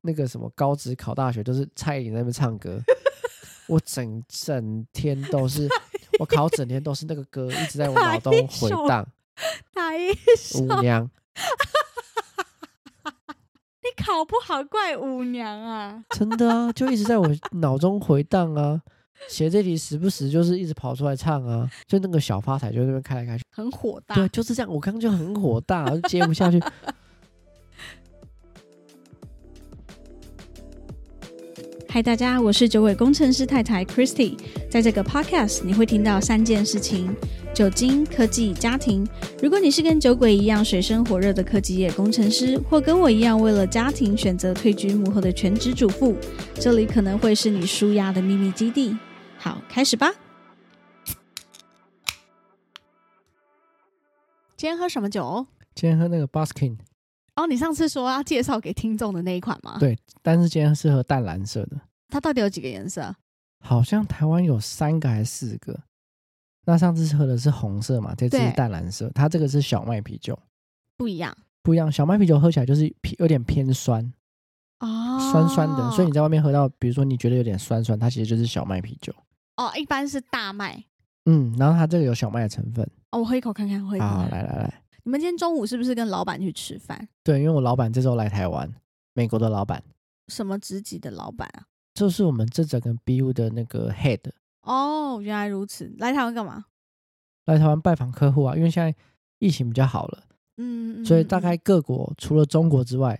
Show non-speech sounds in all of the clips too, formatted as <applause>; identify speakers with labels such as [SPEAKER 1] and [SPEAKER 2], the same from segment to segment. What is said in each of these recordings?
[SPEAKER 1] 那个什么高职考大学，都是蔡依林在那边唱歌，我整整天都是，我考整天都是那个歌一直在我脑中回荡。
[SPEAKER 2] 哪 <laughs> 一首？
[SPEAKER 1] 舞娘，
[SPEAKER 2] 你考不好怪舞娘啊！
[SPEAKER 1] 真的啊，就一直在我脑中回荡啊。写这题时不时就是一直跑出来唱啊，就那个小发财就在那边开来开去，
[SPEAKER 2] 很火大。
[SPEAKER 1] 对，啊就是这样。我刚刚就很火大，就接不下去。
[SPEAKER 2] 嗨，大家，我是酒鬼工程师太太 Christy。在这个 podcast，你会听到三件事情：酒精、科技、家庭。如果你是跟酒鬼一样水深火热的科技业工程师，或跟我一样为了家庭选择退居幕后的全职主妇，这里可能会是你舒压的秘密基地。好，开始吧。今天喝什么酒？
[SPEAKER 1] 今天喝那个 Baskin，
[SPEAKER 2] 哦，你上次说要介绍给听众的那一款吗？
[SPEAKER 1] 对，但是今天是喝淡蓝色的，
[SPEAKER 2] 它到底有几个颜色？
[SPEAKER 1] 好像台湾有三个还是四个。那上次喝的是红色嘛，这次
[SPEAKER 2] 对
[SPEAKER 1] 是淡蓝色，它这个是小麦啤酒，
[SPEAKER 2] 不一样
[SPEAKER 1] 不一样。小麦啤酒喝起来就是偏有点偏酸，
[SPEAKER 2] 哦，
[SPEAKER 1] 酸酸的，所以你在外面喝到，比如说你觉得有点酸酸，它其实就是小麦啤酒。
[SPEAKER 2] 哦，一般是大麦。
[SPEAKER 1] 嗯，然后它这个有小麦的成分。
[SPEAKER 2] 哦，我喝一口看看，我喝一口
[SPEAKER 1] 好，
[SPEAKER 2] 看看。
[SPEAKER 1] 来来来，
[SPEAKER 2] 你们今天中午是不是跟老板去吃饭？
[SPEAKER 1] 对，因为我老板这周来台湾，美国的老板，
[SPEAKER 2] 什么职级的老板啊？
[SPEAKER 1] 就是我们这整个 BU 的那个 head，
[SPEAKER 2] 哦，原来如此。来台湾干嘛？
[SPEAKER 1] 来台湾拜访客户啊，因为现在疫情比较好了，
[SPEAKER 2] 嗯，嗯
[SPEAKER 1] 所以大
[SPEAKER 2] 嗯
[SPEAKER 1] 概各国除了中国之外，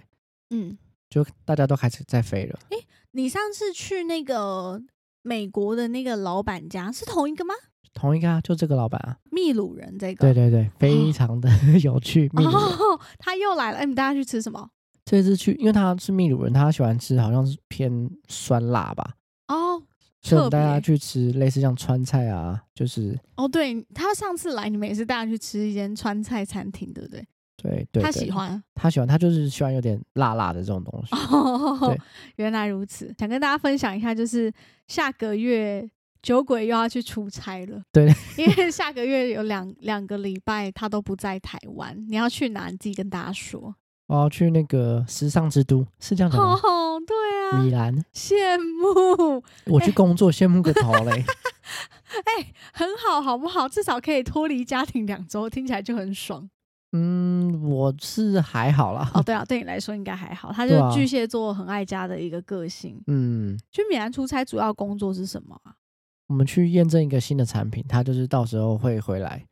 [SPEAKER 2] 嗯，
[SPEAKER 1] 就大家都开始在飞了。
[SPEAKER 2] 你上次去那个美国的那个老板家是同一个吗？
[SPEAKER 1] 同一个啊，就这个老板啊，
[SPEAKER 2] 秘鲁人这个。
[SPEAKER 1] 对对对，非常的 <laughs> 有趣。秘鲁人
[SPEAKER 2] 哦，他又来了。哎，你们大家去吃什么？
[SPEAKER 1] 这次去，因为他是秘鲁人，他喜欢吃好像是偏酸辣吧，
[SPEAKER 2] 哦
[SPEAKER 1] 所以我们
[SPEAKER 2] 特
[SPEAKER 1] 带
[SPEAKER 2] 别
[SPEAKER 1] 他去吃类似像川菜啊，就是
[SPEAKER 2] 哦，对他上次来，你们也是带他去吃一间川菜餐厅，对不对？
[SPEAKER 1] 对对，
[SPEAKER 2] 他
[SPEAKER 1] 对
[SPEAKER 2] 喜，
[SPEAKER 1] <laughs>
[SPEAKER 2] 欢。
[SPEAKER 1] 他喜欢，他就是喜欢有点辣辣的这种东西。
[SPEAKER 2] 哦
[SPEAKER 1] 对，
[SPEAKER 2] 原来如此，想跟大家分享一下，就是下个月酒鬼又要去出差了。
[SPEAKER 1] 对，
[SPEAKER 2] <laughs> 因为下个月有两两个礼拜他都不在台湾，你要去哪？你自己跟大家说。
[SPEAKER 1] 哦，去那个时尚之都是这样讲吗？
[SPEAKER 2] 哦，哎对啊
[SPEAKER 1] 米，兰，
[SPEAKER 2] 羡慕，
[SPEAKER 1] 我去工作羡慕个头
[SPEAKER 2] <laughs>
[SPEAKER 1] 嘞！
[SPEAKER 2] 很好，好不好？至少可以脱离家庭两周，听起来就很爽。
[SPEAKER 1] 嗯，我是还好啦。
[SPEAKER 2] 哦，对啊，对你来说应该还好，他
[SPEAKER 1] 嗯对
[SPEAKER 2] 就
[SPEAKER 1] 啊
[SPEAKER 2] 巨蟹座很爱家的一个个性。
[SPEAKER 1] 嗯，
[SPEAKER 2] 去米兰出差主要工作是什么啊？
[SPEAKER 1] 我们去验证一个新的产品，它就是到时候会回来，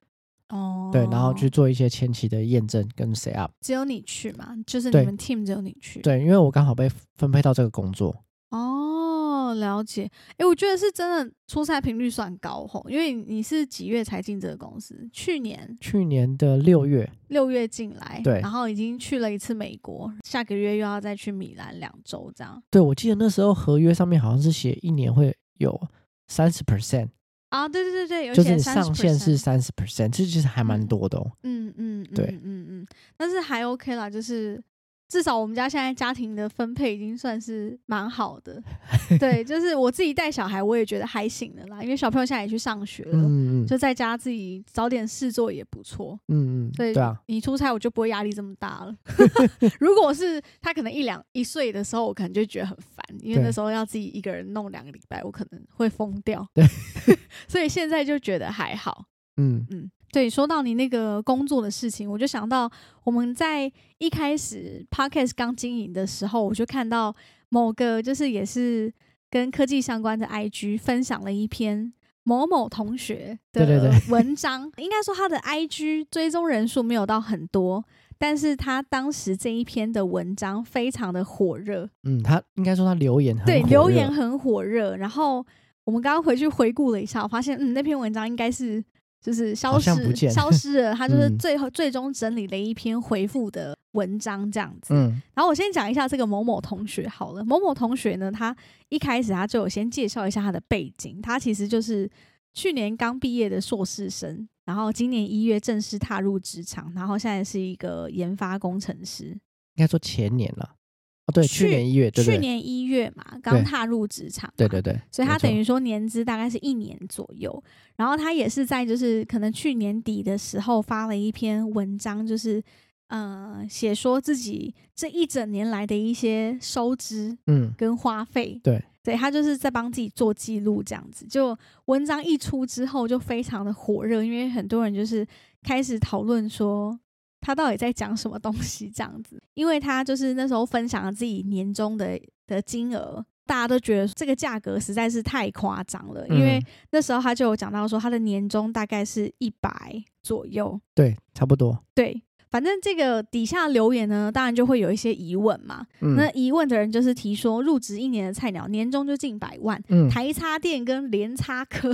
[SPEAKER 2] 哦，
[SPEAKER 1] 对，然后去做一些前期的验证跟 set up。
[SPEAKER 2] 只有你去嘛，就是你
[SPEAKER 1] 对
[SPEAKER 2] 们 team 只有你去。
[SPEAKER 1] 对，因为我刚好被分配到这个工作，
[SPEAKER 2] 哦，了解。诶，我觉得是真的出差频率算高吼，因为你是几月才进这个公司？去年
[SPEAKER 1] 去年的六月，
[SPEAKER 2] 六月进来，
[SPEAKER 1] 对
[SPEAKER 2] 然后已经去了一次美国，下个月又要再去米兰两周这样。
[SPEAKER 1] 对我记得那时候合约上面好像是写一年会有三十 percent，
[SPEAKER 2] 啊，对对对对，有
[SPEAKER 1] 就
[SPEAKER 2] 写
[SPEAKER 1] 是你
[SPEAKER 2] 30%
[SPEAKER 1] 上限是，三十 percent，这其实还蛮多的哦。
[SPEAKER 2] 嗯嗯，嗯
[SPEAKER 1] 对
[SPEAKER 2] 嗯嗯嗯，但是还 OK 啦，就是。至少我们家现在家庭的分配已经算是蛮好的，对，就是我自己带小孩，我也觉得还行的啦，因为小朋友现在也去上学了，
[SPEAKER 1] 嗯嗯
[SPEAKER 2] 就在家自己找点事做也不错。
[SPEAKER 1] 嗯嗯，
[SPEAKER 2] 所以
[SPEAKER 1] 对啊，
[SPEAKER 2] 你出差我就不会压力这么大了。 <laughs> 如果是他可能一两一岁的时候，我可能就觉得很烦，因为
[SPEAKER 1] 对
[SPEAKER 2] 那时候要自己一个人弄两个礼拜，我可能会疯掉。
[SPEAKER 1] 对，
[SPEAKER 2] <laughs> 所以现在就觉得还好。
[SPEAKER 1] 嗯
[SPEAKER 2] 嗯，对，说到你那个工作的事情，我就想到我们在一开始 podcast 刚经营的时候，我就看到某个就是也是跟科技相关的 IG 分享了一篇。某某同学的
[SPEAKER 1] 对对对
[SPEAKER 2] 文章， <laughs> 应该说他的 IG 追踪人数没有到很多，但是他当时这一篇的文章非常的火热，
[SPEAKER 1] 嗯，他应该说他留言很
[SPEAKER 2] 对，
[SPEAKER 1] 火
[SPEAKER 2] 留
[SPEAKER 1] 热
[SPEAKER 2] 言很火热。然后我们刚刚回去回顾了一下，我发现嗯，那篇文章应该是就是消
[SPEAKER 1] 好像不
[SPEAKER 2] 失
[SPEAKER 1] 见
[SPEAKER 2] 消失了，
[SPEAKER 1] <laughs>
[SPEAKER 2] 它就是
[SPEAKER 1] 嗯
[SPEAKER 2] 最后、最终整理了一篇回复的文章这样子。
[SPEAKER 1] 嗯
[SPEAKER 2] 然后我先讲一下这个某某同学好了。某某同学呢，他一开始他就有先介绍一下他的背景，他其实就是去年刚毕业的硕士生，然后今年一月正式踏入职场，然后现在是一个研发工程师。
[SPEAKER 1] 应该说前年了，哦，对，去
[SPEAKER 2] 去
[SPEAKER 1] 年一月，对
[SPEAKER 2] 去
[SPEAKER 1] 对
[SPEAKER 2] 年一月嘛，刚踏入职场嘛，
[SPEAKER 1] 对对对，
[SPEAKER 2] 所以他
[SPEAKER 1] 没错
[SPEAKER 2] 等于说年资大概是一年左右，然后他也是在就是可能去年底的时候发了一篇文章，就是呃写说自己这一整年来的一些收支
[SPEAKER 1] 嗯，
[SPEAKER 2] 跟花费。
[SPEAKER 1] 对，
[SPEAKER 2] 对他就是在帮自己做记录，这样子。就文章一出之后，就非常的火热，因为很多人就是开始讨论说他到底在讲什么东西这样子。因为他就是那时候分享了自己年终的的金额，大家都觉得这个价格实在是太夸张了，因为
[SPEAKER 1] 嗯
[SPEAKER 2] 那时候他就有讲到说，他的年终大概是一百左右。
[SPEAKER 1] 对，差不多。
[SPEAKER 2] 对，反正这个底下留言呢，当然就会有一些疑问嘛。
[SPEAKER 1] 嗯
[SPEAKER 2] 那疑问的人就是提说，入职一年的菜鸟年终就近百万，
[SPEAKER 1] 嗯，
[SPEAKER 2] 台插电跟联插
[SPEAKER 1] <laughs>
[SPEAKER 2] 科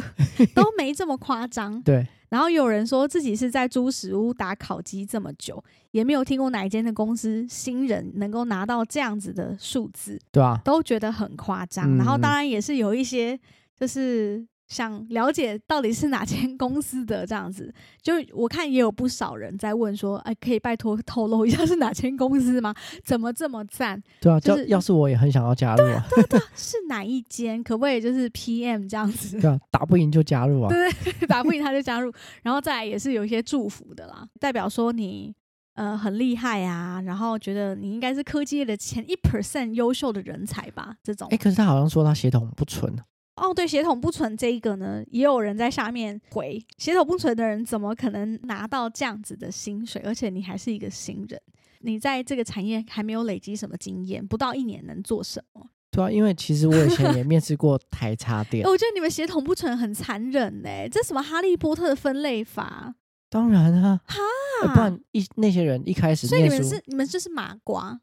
[SPEAKER 2] 都没这么夸张。
[SPEAKER 1] 对，
[SPEAKER 2] 然后有人说自己是在猪屎屋打烤鸡这么久，也没有听过哪一间的公司新人能够拿到这样子的数字。
[SPEAKER 1] 对啊，
[SPEAKER 2] 都觉得很夸
[SPEAKER 1] 嗯
[SPEAKER 2] 张。然后当然也是有一些就是想了解到底是哪间公司的这样子，就我看也有不少人在问说，哎，可以拜托透露一下是哪间公司吗？怎么这么赞？
[SPEAKER 1] 对啊，
[SPEAKER 2] 就
[SPEAKER 1] 就是要是我也很想要加入啊，
[SPEAKER 2] 是哪一间？可不可以就是 PM 这样子？
[SPEAKER 1] 对啊，打不赢就加入啊
[SPEAKER 2] 对， <laughs> 打不赢他就加入，然后再来也是有一些祝福的啦，代表说你。呃，很厉害啊，然后觉得你应该是科技业的前一 percent 优秀的人才吧，这种。
[SPEAKER 1] 哎，可是他好像说他血统不纯，啊
[SPEAKER 2] 哦，对，血统不纯这一个呢，也有人在下面回，血统不纯的人怎么可能拿到这样子的薪水？而且你还是一个新人，你在这个产业还没有累积什么经验，不到一年能做什么？
[SPEAKER 1] 对啊，因为其实我以前也面试过台插
[SPEAKER 2] 哎
[SPEAKER 1] 电，
[SPEAKER 2] 我觉得你们血统不纯很残忍呢、这什么哈利波特的分类法？
[SPEAKER 1] 当然啊，
[SPEAKER 2] 哈
[SPEAKER 1] 哎不然一那些人一开始
[SPEAKER 2] 所以你
[SPEAKER 1] 念
[SPEAKER 2] 们
[SPEAKER 1] 书
[SPEAKER 2] 是，你们就是麻瓜，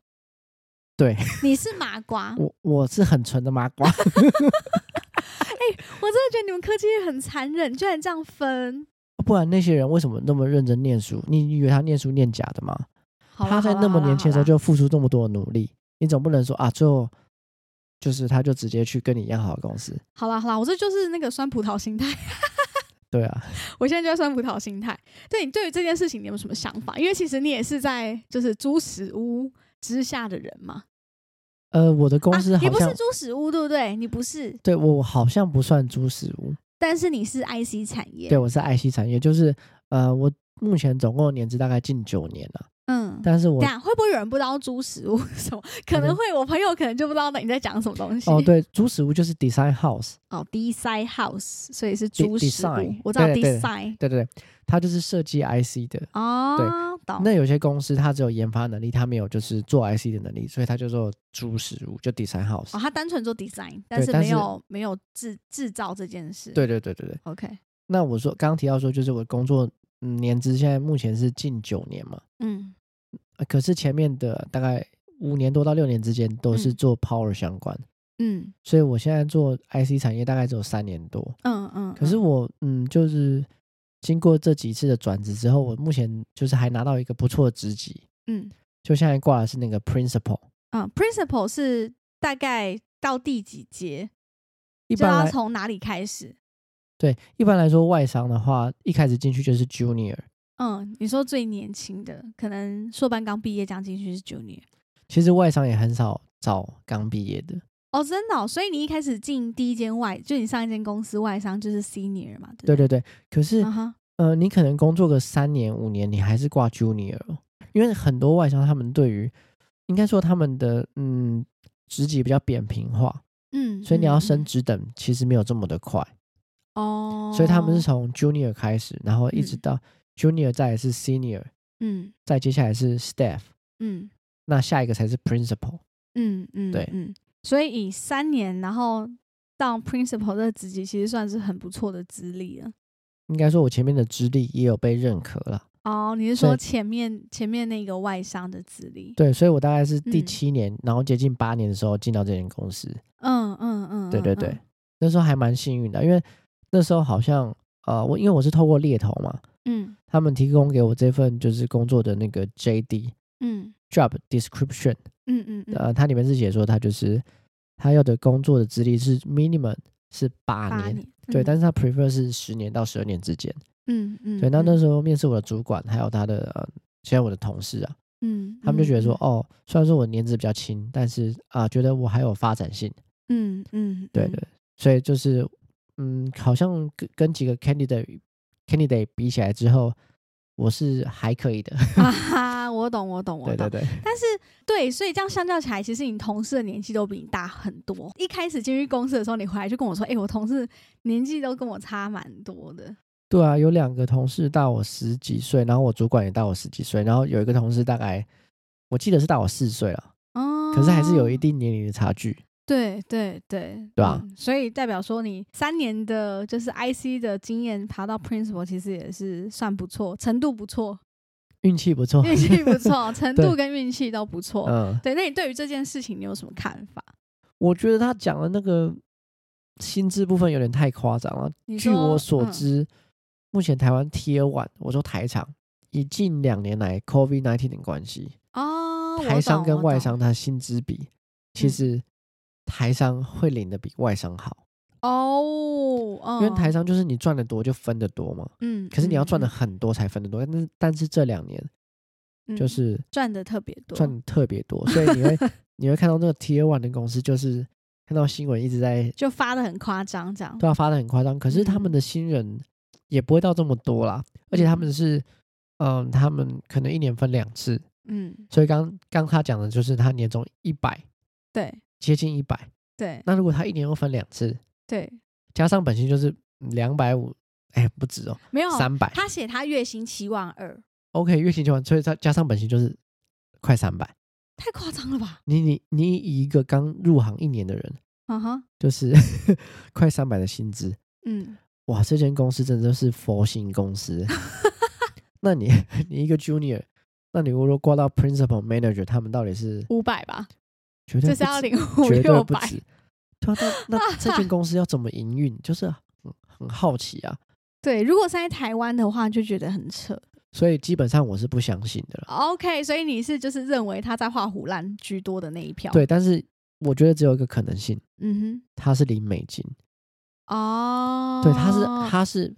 [SPEAKER 1] 对
[SPEAKER 2] 你是
[SPEAKER 1] <laughs>
[SPEAKER 2] 麻瓜，我
[SPEAKER 1] 我我是很纯的麻
[SPEAKER 2] <laughs>
[SPEAKER 1] 瓜，
[SPEAKER 2] 真的觉得你们科技业很残忍，居然这样分。
[SPEAKER 1] 不然那些人为什么那么认真念书？你以为他念书念假的吗？
[SPEAKER 2] 好啦
[SPEAKER 1] 他在
[SPEAKER 2] 好啦
[SPEAKER 1] 那么
[SPEAKER 2] 好啦
[SPEAKER 1] 年轻的时
[SPEAKER 2] 好
[SPEAKER 1] 候
[SPEAKER 2] 啦
[SPEAKER 1] 就付出这么多的努力，你总不能说啊，最后就是他就直接去跟你一样好的公司，
[SPEAKER 2] 好啦好啦，我这就是那个酸葡萄心态。
[SPEAKER 1] 对啊，
[SPEAKER 2] 我现在就在酸葡萄心态。对你对于这件事情，你有什么想法？因为其实你也是在就是猪屎屋之下的人嘛。
[SPEAKER 1] 呃，我的公司
[SPEAKER 2] 啊、你
[SPEAKER 1] 好
[SPEAKER 2] 不
[SPEAKER 1] 像、
[SPEAKER 2] 是猪屎屋，对不对？你不是，
[SPEAKER 1] 对我好像不算猪食屋，
[SPEAKER 2] 但是你是 IC 产业。
[SPEAKER 1] 对，我是爱惜产业，就是呃，我目前总共的年资大概近九年了、
[SPEAKER 2] 嗯。
[SPEAKER 1] 但是我嗯
[SPEAKER 2] 对啊，会不会有人不知道猪屎屋是什么？ <laughs> 可能会，我朋友可能就不知道你在讲什么东西。
[SPEAKER 1] 哦，对，
[SPEAKER 2] 嗯
[SPEAKER 1] 猪食屋就是 design house，
[SPEAKER 2] 哦，design house，所以是猪屎屋
[SPEAKER 1] design，。
[SPEAKER 2] 我知道
[SPEAKER 1] 对对对
[SPEAKER 2] design。
[SPEAKER 1] 对对对，它就是设计 IC 的。
[SPEAKER 2] 哦，懂。
[SPEAKER 1] 那有些公司它只有研发能力，它没有就是做 IC 的能力，所以它就做猪食屋，就 design house。
[SPEAKER 2] 哦，他单纯做 design，但是
[SPEAKER 1] 但
[SPEAKER 2] 没
[SPEAKER 1] 是
[SPEAKER 2] 有没有制制造这件事。
[SPEAKER 1] 对对对对对。
[SPEAKER 2] ，OK，
[SPEAKER 1] 那我说刚刚提到说，就是我工作、嗯、年资现在目前是近九年嘛，
[SPEAKER 2] 嗯，
[SPEAKER 1] 呃可是前面的大概五年多到六年之间都是
[SPEAKER 2] 嗯
[SPEAKER 1] 做 power 相关，
[SPEAKER 2] 嗯
[SPEAKER 1] 所以我现在做 IC 产业大概只有三年多。
[SPEAKER 2] 嗯嗯，
[SPEAKER 1] 可是我嗯，就是经过这几次的转职之后，我目前就是还拿到一个不错的职级，
[SPEAKER 2] 嗯
[SPEAKER 1] 就现在挂的是那个 principal。
[SPEAKER 2] 嗯，principal 是大概到第几节？
[SPEAKER 1] 一
[SPEAKER 2] 就
[SPEAKER 1] 般
[SPEAKER 2] 要
[SPEAKER 1] 来
[SPEAKER 2] 从哪里开始？
[SPEAKER 1] 对一般来说，外商的话，一开始进去就是 junior。
[SPEAKER 2] 嗯，你说最年轻的，可能硕班刚毕业这样进去是 junior
[SPEAKER 1] 其实外商也很少找刚毕业的，
[SPEAKER 2] 哦，真的哦、所以你一开始进第一间外，就你上一间公司外商就是 senior 嘛，对
[SPEAKER 1] 对
[SPEAKER 2] 不
[SPEAKER 1] 对
[SPEAKER 2] 对？
[SPEAKER 1] 对。可是、
[SPEAKER 2] 嗯哼，
[SPEAKER 1] 呃，你可能工作个三年五年，你还是挂 junior，哦因为很多外商他们对于应该说他们的嗯职级比较扁平化，
[SPEAKER 2] 嗯，
[SPEAKER 1] 所以你
[SPEAKER 2] 嗯
[SPEAKER 1] 要升
[SPEAKER 2] 嗯
[SPEAKER 1] 职等其实没有这么的快。
[SPEAKER 2] 哦，
[SPEAKER 1] 所以他们是从 junior 开始，然后一直
[SPEAKER 2] 嗯
[SPEAKER 1] 到 junior，再来是 senior，
[SPEAKER 2] 嗯
[SPEAKER 1] 再接下来是 staff，
[SPEAKER 2] 嗯
[SPEAKER 1] 那下一个才是 principal。
[SPEAKER 2] 嗯嗯，
[SPEAKER 1] 对
[SPEAKER 2] 嗯，所以以三年然后到 principal 的职级，其实算是很不错的资历了。
[SPEAKER 1] 应该说，我前面的资历也有被认可了。
[SPEAKER 2] 哦，你是
[SPEAKER 1] 所以
[SPEAKER 2] 说前面前面那个外商的资历？
[SPEAKER 1] 对，所以我大概是第
[SPEAKER 2] 嗯
[SPEAKER 1] 七年，然后接近八年的时候进到这间公司。
[SPEAKER 2] 嗯嗯嗯，
[SPEAKER 1] 对
[SPEAKER 2] 嗯
[SPEAKER 1] 对对，，那时候还蛮幸运的，因为那时候好像呃，我因为我是透过猎头嘛，
[SPEAKER 2] 嗯
[SPEAKER 1] 他们提供给我这份就是工作的那个 JD
[SPEAKER 2] 嗯
[SPEAKER 1] job description，
[SPEAKER 2] 嗯嗯嗯，
[SPEAKER 1] 呃，它里面是写说他就是他要的工作的资历是 minimum 是八
[SPEAKER 2] 八
[SPEAKER 1] 年。
[SPEAKER 2] 年，
[SPEAKER 1] 对，
[SPEAKER 2] 嗯
[SPEAKER 1] 但是他 prefer 是十年到十二年之间。
[SPEAKER 2] 嗯嗯，
[SPEAKER 1] 对，那那
[SPEAKER 2] 嗯
[SPEAKER 1] 时候面试我的主管，还有他的呃，现在我的同事啊，
[SPEAKER 2] 嗯，
[SPEAKER 1] 他们就觉得说
[SPEAKER 2] 嗯，，
[SPEAKER 1] 哦，虽然说我年纪比较轻，但是啊、觉得我还有发展性。
[SPEAKER 2] 嗯嗯，
[SPEAKER 1] 对
[SPEAKER 2] 嗯
[SPEAKER 1] 对，，所以就是嗯，好像跟跟几个 candidate candidate 比起来之后，我是还可以的。
[SPEAKER 2] 啊 <laughs> 哈，我懂，我懂，我
[SPEAKER 1] 对
[SPEAKER 2] 懂
[SPEAKER 1] 对。对， <laughs>
[SPEAKER 2] 但是对，所以这样相较起来，其实你同事的年纪都比你大很多。一开始进去公司的时候，你回来就跟我说：“哎、我同事年纪都跟我差蛮多的。
[SPEAKER 1] 对啊，有两个同事大我十几岁，然后我主管也大我十几岁，然后有一个同事大概我记得是大我四岁了，”
[SPEAKER 2] 哦，
[SPEAKER 1] 可是还是有一定年龄的差距。
[SPEAKER 2] 对对对
[SPEAKER 1] 对啊
[SPEAKER 2] 嗯哦所以代表说你三年的就是 IC 的经验爬到 principal，其实也是算不错，程度不错，
[SPEAKER 1] 运气不错，
[SPEAKER 2] 运气不
[SPEAKER 1] <laughs>
[SPEAKER 2] 错，程
[SPEAKER 1] 对
[SPEAKER 2] 度跟运气都不错。
[SPEAKER 1] 嗯，
[SPEAKER 2] 对，那你对于这件事情你有什么看法？
[SPEAKER 1] 我觉得他讲的那个薪资部分有点太夸张了。
[SPEAKER 2] 你
[SPEAKER 1] 据
[SPEAKER 2] 说
[SPEAKER 1] 我所
[SPEAKER 2] 嗯
[SPEAKER 1] 知，目前台湾 Tier One，我说台厂，以近两年来 COVID nineteen 的关系，
[SPEAKER 2] 哦，我
[SPEAKER 1] 台商
[SPEAKER 2] 懂
[SPEAKER 1] 跟
[SPEAKER 2] 我
[SPEAKER 1] 外
[SPEAKER 2] 懂
[SPEAKER 1] 商它薪资比，其
[SPEAKER 2] 嗯
[SPEAKER 1] 实台商会领的比外商好，
[SPEAKER 2] 哦，
[SPEAKER 1] 因
[SPEAKER 2] 嗯、
[SPEAKER 1] 为台商就是你赚的多就分的多嘛。
[SPEAKER 2] 嗯，
[SPEAKER 1] 可是你要赚的
[SPEAKER 2] 嗯
[SPEAKER 1] 很多才分得多，但是但是这两年
[SPEAKER 2] 嗯
[SPEAKER 1] 就
[SPEAKER 2] 嗯
[SPEAKER 1] 是
[SPEAKER 2] 赚的特别多，
[SPEAKER 1] 赚得特别多，所以你
[SPEAKER 2] <laughs>
[SPEAKER 1] 会你会看到那个 Tier One 的公司，就是看到新闻一直在
[SPEAKER 2] 就发的很夸张这样。
[SPEAKER 1] 对啊，发的很夸张。可是他们
[SPEAKER 2] 嗯
[SPEAKER 1] 的新人也不会到这么多啦，而且他们
[SPEAKER 2] 嗯
[SPEAKER 1] 是，嗯，他们可能一年分两次，
[SPEAKER 2] 嗯，
[SPEAKER 1] 所以刚刚他讲的就是他年终一百，
[SPEAKER 2] 对
[SPEAKER 1] 接近一百。
[SPEAKER 2] 对
[SPEAKER 1] 那如果他一年又分两次，
[SPEAKER 2] 对，
[SPEAKER 1] 加上本薪就是两百五，哎，不止哦，
[SPEAKER 2] 没有。
[SPEAKER 1] 三百。
[SPEAKER 2] 他写他月薪七万二，
[SPEAKER 1] OK，月薪九万，所以再加上本薪就是快三百。
[SPEAKER 2] 太夸张了吧？
[SPEAKER 1] 你你你以一个刚入行一年的人，
[SPEAKER 2] 嗯哼，
[SPEAKER 1] 就是 <laughs> 快三百的薪资， <laughs>
[SPEAKER 2] 嗯，
[SPEAKER 1] 哇，这间公司真的是佛心公司。 <laughs> 那你你一个 junior，那你如果挂到 principal manager，他们到底是
[SPEAKER 2] 五百吧，
[SPEAKER 1] 绝对
[SPEAKER 2] 就
[SPEAKER 1] 不
[SPEAKER 2] 是要
[SPEAKER 1] 止，
[SPEAKER 2] 领五
[SPEAKER 1] 绝对
[SPEAKER 2] 六
[SPEAKER 1] 不
[SPEAKER 2] 百。
[SPEAKER 1] 止。对啊，那
[SPEAKER 2] <laughs>
[SPEAKER 1] 那这间公司要怎么营运，就是很很好奇啊。
[SPEAKER 2] 对，如果是在台湾的话，就觉得很扯。
[SPEAKER 1] 所以基本上我是不相信的啦。
[SPEAKER 2] OK，所以你是就是认为他在画虎烂居多的那一票。，
[SPEAKER 1] 对，但是我觉得只有一个可能性，
[SPEAKER 2] 嗯
[SPEAKER 1] 它是零美金。
[SPEAKER 2] 哼，哦，
[SPEAKER 1] 对，它是它是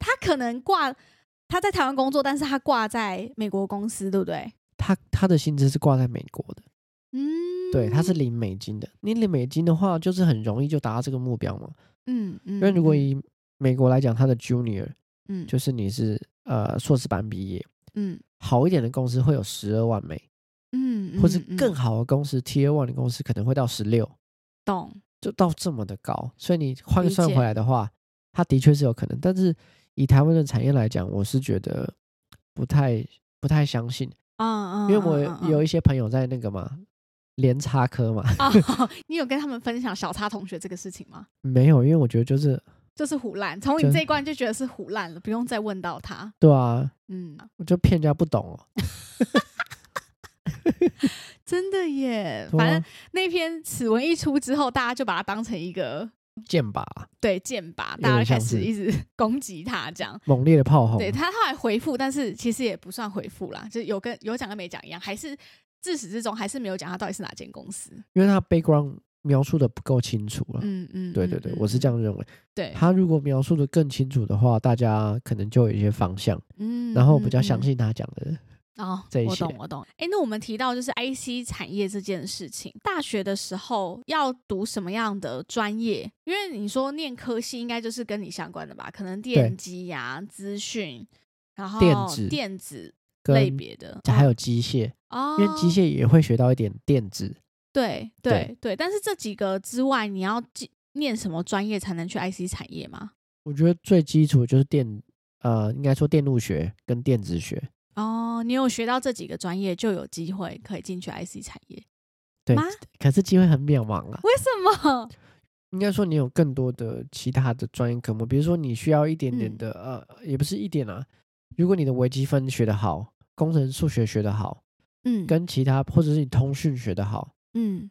[SPEAKER 2] 他可能挂他在台湾工作，但是他挂在美国公司，对不对？
[SPEAKER 1] 它它的薪资是挂在美国的，
[SPEAKER 2] 嗯，
[SPEAKER 1] 对，它是零美金的。你零美金的话，就是很容易就达到这个目标嘛。
[SPEAKER 2] 嗯嗯，
[SPEAKER 1] 因为如果
[SPEAKER 2] 嗯
[SPEAKER 1] 以美国来讲，它的 junior
[SPEAKER 2] 嗯
[SPEAKER 1] 就是你是呃硕士班毕业，
[SPEAKER 2] 嗯
[SPEAKER 1] 好一点的公司会有十二万美，
[SPEAKER 2] 嗯，
[SPEAKER 1] 或是
[SPEAKER 2] 嗯嗯
[SPEAKER 1] 更好的公司 tier one 的公司可能会到十六，
[SPEAKER 2] 懂
[SPEAKER 1] 就到这么的高。所以你换
[SPEAKER 2] 理
[SPEAKER 1] 算
[SPEAKER 2] 解
[SPEAKER 1] 回来的话，它的确是有可能。但是以台湾的产业来讲，我是觉得不太不太相信，
[SPEAKER 2] 嗯
[SPEAKER 1] 因
[SPEAKER 2] 嗯，
[SPEAKER 1] 为我
[SPEAKER 2] 嗯嗯
[SPEAKER 1] 有
[SPEAKER 2] 嗯
[SPEAKER 1] 一些朋友在那个嘛联插科嘛， <laughs>
[SPEAKER 2] 哦，你有跟他们分享小叉同学这个事情吗？
[SPEAKER 1] 没有，因为我觉得就是
[SPEAKER 2] 就是虎烂，从你
[SPEAKER 1] 真
[SPEAKER 2] 这一关就觉得是虎烂了，不用再问到他。
[SPEAKER 1] 对啊，
[SPEAKER 2] 嗯，
[SPEAKER 1] 我就骗人家不懂哦。
[SPEAKER 2] 真的耶。
[SPEAKER 1] 对
[SPEAKER 2] 反
[SPEAKER 1] 啊
[SPEAKER 2] 正那篇此文一出之后，大家就把它当成一个
[SPEAKER 1] 剑拔
[SPEAKER 2] 对剑拔，
[SPEAKER 1] 有
[SPEAKER 2] 大家
[SPEAKER 1] 点
[SPEAKER 2] 就开
[SPEAKER 1] 像
[SPEAKER 2] 始
[SPEAKER 1] 是
[SPEAKER 2] 一直 <laughs> 攻击他这样。
[SPEAKER 1] 猛烈的炮轰，啊
[SPEAKER 2] 对他后来回复，但是其实也不算回复啦，就是有跟有讲跟没讲一样，还是自始至终还是没有讲他到底是哪间公司。
[SPEAKER 1] 因为他 background 描述的不够清楚了。
[SPEAKER 2] 嗯嗯，
[SPEAKER 1] 对
[SPEAKER 2] 嗯
[SPEAKER 1] 对对
[SPEAKER 2] 嗯，
[SPEAKER 1] 我是这样认为。
[SPEAKER 2] 对，
[SPEAKER 1] 他如果描述的更清楚的话，大家可能就有一些方向，
[SPEAKER 2] 嗯
[SPEAKER 1] 然后比较
[SPEAKER 2] 信。嗯
[SPEAKER 1] 相信他讲的。
[SPEAKER 2] 哦，
[SPEAKER 1] 这一
[SPEAKER 2] 我
[SPEAKER 1] 些
[SPEAKER 2] 懂，我懂。哎，那我们提到就是 IC 产业这件事情，大学的时候要读什么样的专业？因为你说念科系，应该就是跟你相关的吧？可能电机呀、资讯，然后
[SPEAKER 1] 电子
[SPEAKER 2] 电子
[SPEAKER 1] 跟
[SPEAKER 2] 类别的，
[SPEAKER 1] 还
[SPEAKER 2] 嗯
[SPEAKER 1] 有机械，
[SPEAKER 2] 哦，
[SPEAKER 1] 因为机械也会学到一点电子。
[SPEAKER 2] 对
[SPEAKER 1] 对
[SPEAKER 2] 对对，但是这几个之外，你要记念什么专业才能去 IC 产业吗？
[SPEAKER 1] 我觉得最基础就是电，呃，应该说电路学跟电子学。
[SPEAKER 2] 哦，你有学到这几个专业，就有机会可以进去 IC 产
[SPEAKER 1] 啊
[SPEAKER 2] 业
[SPEAKER 1] 对
[SPEAKER 2] 吗？
[SPEAKER 1] 可是机会很渺茫啊。
[SPEAKER 2] 为什么？
[SPEAKER 1] 应该说你有更多的其他的专业科目，比如说你需要一点点
[SPEAKER 2] 嗯
[SPEAKER 1] 的，呃，也不是一点啊。如果你的微积分学得好，工程数学学得好，
[SPEAKER 2] 嗯，
[SPEAKER 1] 跟其他或者是你通讯学得好，
[SPEAKER 2] 嗯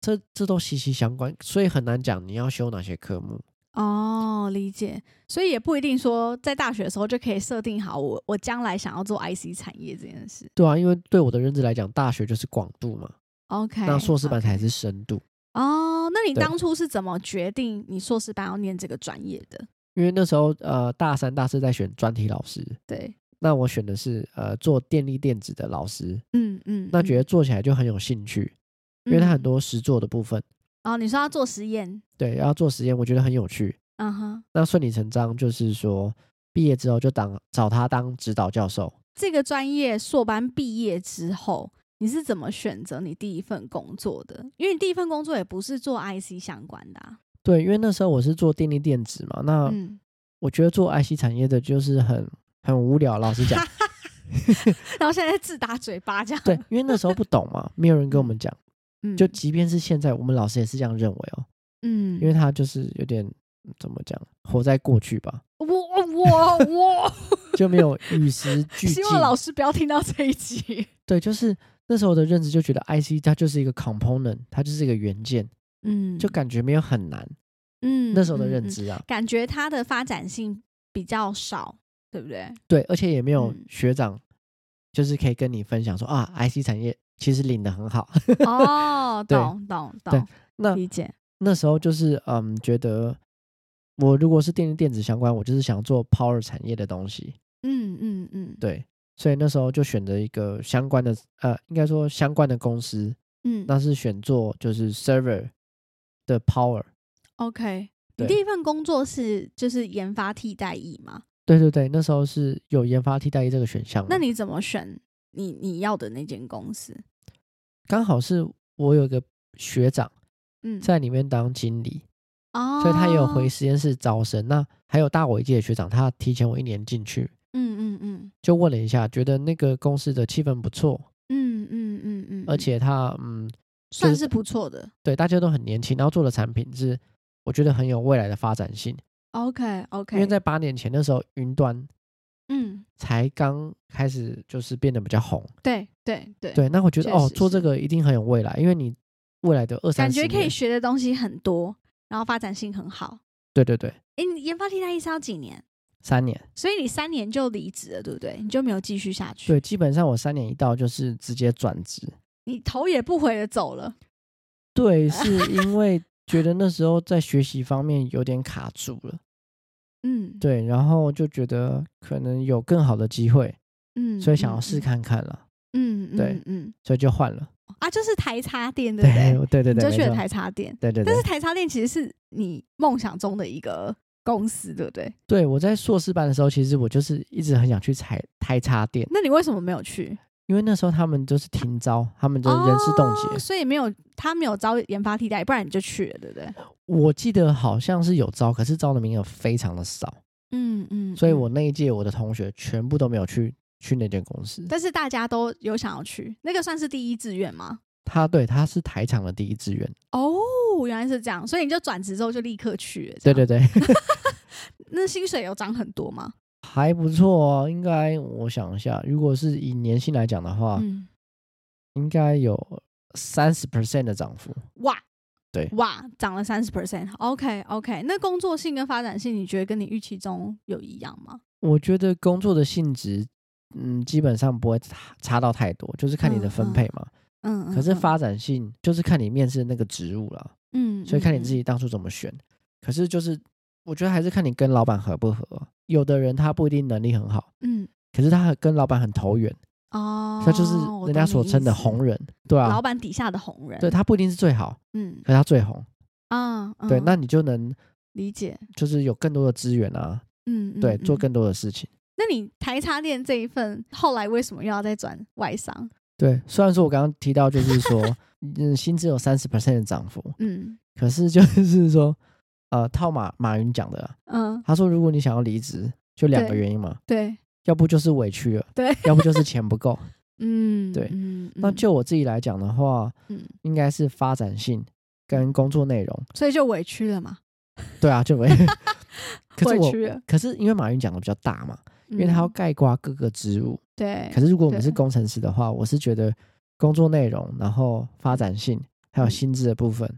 [SPEAKER 1] 这这都息息相关，所以很难讲你要修哪些科目。
[SPEAKER 2] 哦，理解。所以也不一定说在大学的时候就可以设定好我我将来想要做 IC 产业这件事。
[SPEAKER 1] 对啊，因为对我的认知来讲，大学就是广度嘛，
[SPEAKER 2] OK，
[SPEAKER 1] 那硕士班
[SPEAKER 2] 哎 OK
[SPEAKER 1] 才是深度。
[SPEAKER 2] 哦。那你
[SPEAKER 1] 对
[SPEAKER 2] 当初是怎么决定你硕士班要念这个专业的？
[SPEAKER 1] 因为那时候呃大三、大四在选专题老师，
[SPEAKER 2] 对，
[SPEAKER 1] 那我选的是呃做电力电子的老师，
[SPEAKER 2] 嗯嗯，
[SPEAKER 1] 那觉
[SPEAKER 2] 得，
[SPEAKER 1] 得做起来就很有兴趣，因为它很
[SPEAKER 2] 嗯
[SPEAKER 1] 多实做的部分，
[SPEAKER 2] 哦，你说要做实验，
[SPEAKER 1] 对，要做实验，我觉得很有趣。
[SPEAKER 2] 嗯哼，
[SPEAKER 1] 那顺理成章就是说，毕业之后就当找他当指导教授。
[SPEAKER 2] 这个专业硕班毕业之后，你是怎么选择你第一份工作的？因为你第一份工作也不是做 IC 相关的、啊。
[SPEAKER 1] 对，因为那时候我是做电力电子嘛，那
[SPEAKER 2] 嗯，，
[SPEAKER 1] 我觉得做 IC 产业的就是很很无聊，老实讲
[SPEAKER 2] <laughs> 然后现在自打嘴巴这样。
[SPEAKER 1] 对，因为那时候不懂嘛，没有人跟我们讲，
[SPEAKER 2] 嗯，
[SPEAKER 1] 就即便是现在，我们老师也是这样认为哦，
[SPEAKER 2] 嗯，
[SPEAKER 1] 因为他就是有点嗯怎么讲，活在过去吧，
[SPEAKER 2] 我我我
[SPEAKER 1] 就没有与时俱
[SPEAKER 2] <laughs> 希
[SPEAKER 1] 进。
[SPEAKER 2] 望老师不要听到这一集。
[SPEAKER 1] 对，就是那时候的认知就觉得 IC 它就是一个 component，它就是一个元件，
[SPEAKER 2] <laughs> 嗯，
[SPEAKER 1] 就感觉没有很难。
[SPEAKER 2] 嗯
[SPEAKER 1] 那时候的认
[SPEAKER 2] 嗯嗯
[SPEAKER 1] 知啊，
[SPEAKER 2] 感觉它的发展性比较少，对
[SPEAKER 1] <laughs>
[SPEAKER 2] 不对？
[SPEAKER 1] 对，而且也没有
[SPEAKER 2] 嗯
[SPEAKER 1] 学长就是可以跟你分享说啊，IC 产业其实领的很好。 <laughs>
[SPEAKER 2] 哦，
[SPEAKER 1] 对
[SPEAKER 2] 懂懂
[SPEAKER 1] 对嗯
[SPEAKER 2] 懂，
[SPEAKER 1] 那
[SPEAKER 2] 理解。
[SPEAKER 1] 那时候就是嗯，觉得我如果是电力电子相关，我就是想做 power 产业的东西。
[SPEAKER 2] 嗯嗯嗯，
[SPEAKER 1] 对，所以那时候就选择一个相关的呃，应该说相关的公司，
[SPEAKER 2] 嗯
[SPEAKER 1] 那是选做就是 server 的 power。
[SPEAKER 2] ，OK。
[SPEAKER 1] 对
[SPEAKER 2] 你第一份工作是就是研发替代役吗？
[SPEAKER 1] 对对对，那时候是有研发替代役这个选项嘛。
[SPEAKER 2] 那你怎么选你你要的那间公司？
[SPEAKER 1] 刚好是我有一个学长
[SPEAKER 2] 嗯，
[SPEAKER 1] 在里面当经理，
[SPEAKER 2] 哦，
[SPEAKER 1] 所以他也有回实验室招生。那还有大我一届的学长，他提前我一年进去，
[SPEAKER 2] 嗯嗯嗯
[SPEAKER 1] 就问了一下，觉得那个公司的气氛不错，
[SPEAKER 2] 嗯嗯嗯嗯，
[SPEAKER 1] 而且他嗯，
[SPEAKER 2] 算
[SPEAKER 1] 就是
[SPEAKER 2] 是不错的。
[SPEAKER 1] 对大家都很年轻，然后做的产品是我觉得很有未来的发展性。
[SPEAKER 2] OK
[SPEAKER 1] 因
[SPEAKER 2] OK，
[SPEAKER 1] 为在八年前那时候，云端
[SPEAKER 2] 嗯，
[SPEAKER 1] 才刚开始就是变得比较红。
[SPEAKER 2] 对对对，
[SPEAKER 1] 对，那我觉
[SPEAKER 2] 确
[SPEAKER 1] 得哦
[SPEAKER 2] 实，
[SPEAKER 1] 做这
[SPEAKER 2] 是
[SPEAKER 1] 个一定很有未来，因为你未来的二
[SPEAKER 2] 感
[SPEAKER 1] 三十
[SPEAKER 2] 觉
[SPEAKER 1] 年，
[SPEAKER 2] 可以学的东西很多，然后发展性很好。
[SPEAKER 1] 对对对，
[SPEAKER 2] 诶，你研发替代役是要几年？
[SPEAKER 1] 三年。
[SPEAKER 2] 所以你三年就离职了，对不对？你就没有继续下去，
[SPEAKER 1] 对，基本上我三年一到就是直接转
[SPEAKER 2] <laughs>
[SPEAKER 1] 职。
[SPEAKER 2] 你头也不回的走了。
[SPEAKER 1] 对，是因为觉得那时候在学习方面有点卡住了，
[SPEAKER 2] 嗯，，
[SPEAKER 1] 对，然后就觉得可能有更好的机会，
[SPEAKER 2] 嗯，
[SPEAKER 1] 所以想要试
[SPEAKER 2] 嗯，
[SPEAKER 1] 看看了，
[SPEAKER 2] 嗯，嗯
[SPEAKER 1] 对
[SPEAKER 2] 嗯嗯，
[SPEAKER 1] 所以就换了。
[SPEAKER 2] 啊，就是台插电，对不对？
[SPEAKER 1] 哎对对对
[SPEAKER 2] 你
[SPEAKER 1] 对，没
[SPEAKER 2] 就去了
[SPEAKER 1] 错
[SPEAKER 2] 台插电，
[SPEAKER 1] 对对
[SPEAKER 2] 但是
[SPEAKER 1] 对，
[SPEAKER 2] 台插电其实是你梦想中的一个公司，对不对？
[SPEAKER 1] 对我在硕士班的时候，其实我就是一直很想去踩台插电，
[SPEAKER 2] 那你为什么没有去？
[SPEAKER 1] 因为那时候他们就是停招，他们就是人事冻结。
[SPEAKER 2] 哦所以没有他没有招研发替代，不然你就去了，对不对？
[SPEAKER 1] 我记得好像是有招，可是招的名额非常的少，
[SPEAKER 2] 嗯嗯，
[SPEAKER 1] 所以
[SPEAKER 2] 嗯
[SPEAKER 1] 我那一届我的同学全部都没有去去那间公司。
[SPEAKER 2] 但是大家都有想要去，那个算是第一志愿吗？
[SPEAKER 1] 他对他是台场的第一志愿，
[SPEAKER 2] 哦，原来是这样，所以你就转职之后就立刻去了。
[SPEAKER 1] 对，对对，
[SPEAKER 2] 那薪水有涨很多吗？
[SPEAKER 1] 还不错哦。应该我想一下，如果是以年薪来讲的话，
[SPEAKER 2] 嗯，
[SPEAKER 1] 应该有三十 percent 的涨幅。
[SPEAKER 2] 哇，
[SPEAKER 1] 对
[SPEAKER 2] 哇，涨了三十 percent。OK OK，那工作性跟发展性，你觉得跟你预期中有一样吗？
[SPEAKER 1] 我觉得工作的性质，嗯，基本上不会差差到太多，就是看你的
[SPEAKER 2] 嗯
[SPEAKER 1] 分
[SPEAKER 2] 嗯
[SPEAKER 1] 配嘛。
[SPEAKER 2] 嗯，嗯
[SPEAKER 1] 可是
[SPEAKER 2] 嗯
[SPEAKER 1] 发展性就是看你面试的那个职务啦。
[SPEAKER 2] 嗯，
[SPEAKER 1] 所以看你自
[SPEAKER 2] 己
[SPEAKER 1] 己当初怎么选。可是就是，我觉得还是看你跟老板合不合。有的人他不一定能力很好，
[SPEAKER 2] 嗯
[SPEAKER 1] 可是他很跟老板很投缘，
[SPEAKER 2] 哦，
[SPEAKER 1] 他就是
[SPEAKER 2] 我
[SPEAKER 1] 人家
[SPEAKER 2] 懂你
[SPEAKER 1] 所
[SPEAKER 2] 意
[SPEAKER 1] 称的
[SPEAKER 2] 思
[SPEAKER 1] 红人，对啊
[SPEAKER 2] 老，板底下的红人。
[SPEAKER 1] 对，他不一定是最好，
[SPEAKER 2] 嗯
[SPEAKER 1] 可是他最红，
[SPEAKER 2] 啊，嗯
[SPEAKER 1] 对，那你就能
[SPEAKER 2] 理解。
[SPEAKER 1] 就是有更多的资源啊，
[SPEAKER 2] 嗯，嗯
[SPEAKER 1] 对，做
[SPEAKER 2] 嗯
[SPEAKER 1] 更多的事情。
[SPEAKER 2] 那你台插电这一份，后来为什么又要再转外商？
[SPEAKER 1] 对，虽然说我刚刚提到就是说， <laughs> 嗯，薪资有三十 percent 的涨幅，
[SPEAKER 2] 嗯
[SPEAKER 1] 可是就是说，呃，套马马云讲的啊，
[SPEAKER 2] 嗯，
[SPEAKER 1] 他说如果你想要离职，就两个
[SPEAKER 2] 对
[SPEAKER 1] 原因嘛，
[SPEAKER 2] 对，
[SPEAKER 1] 要不就是委屈了，
[SPEAKER 2] 对，
[SPEAKER 1] 要不就是钱不
[SPEAKER 2] <laughs>
[SPEAKER 1] 够。
[SPEAKER 2] 嗯，
[SPEAKER 1] 对
[SPEAKER 2] 嗯，
[SPEAKER 1] 那
[SPEAKER 2] 嗯
[SPEAKER 1] 就我自己来讲的话，
[SPEAKER 2] 嗯，
[SPEAKER 1] 应该是发展性跟工作内容。
[SPEAKER 2] 所以就委屈了嘛，
[SPEAKER 1] 对啊，就
[SPEAKER 2] <laughs>
[SPEAKER 1] 我，可是
[SPEAKER 2] 委
[SPEAKER 1] 我，
[SPEAKER 2] 屈了，
[SPEAKER 1] 可是因为马云讲的比较大嘛，
[SPEAKER 2] 因
[SPEAKER 1] 因为他要概括各个职务。
[SPEAKER 2] 对
[SPEAKER 1] 可，是如果我们
[SPEAKER 2] 对
[SPEAKER 1] 是工程师的话，我是觉得工作内容，然后发展性，还有
[SPEAKER 2] 嗯
[SPEAKER 1] 薪资的部分，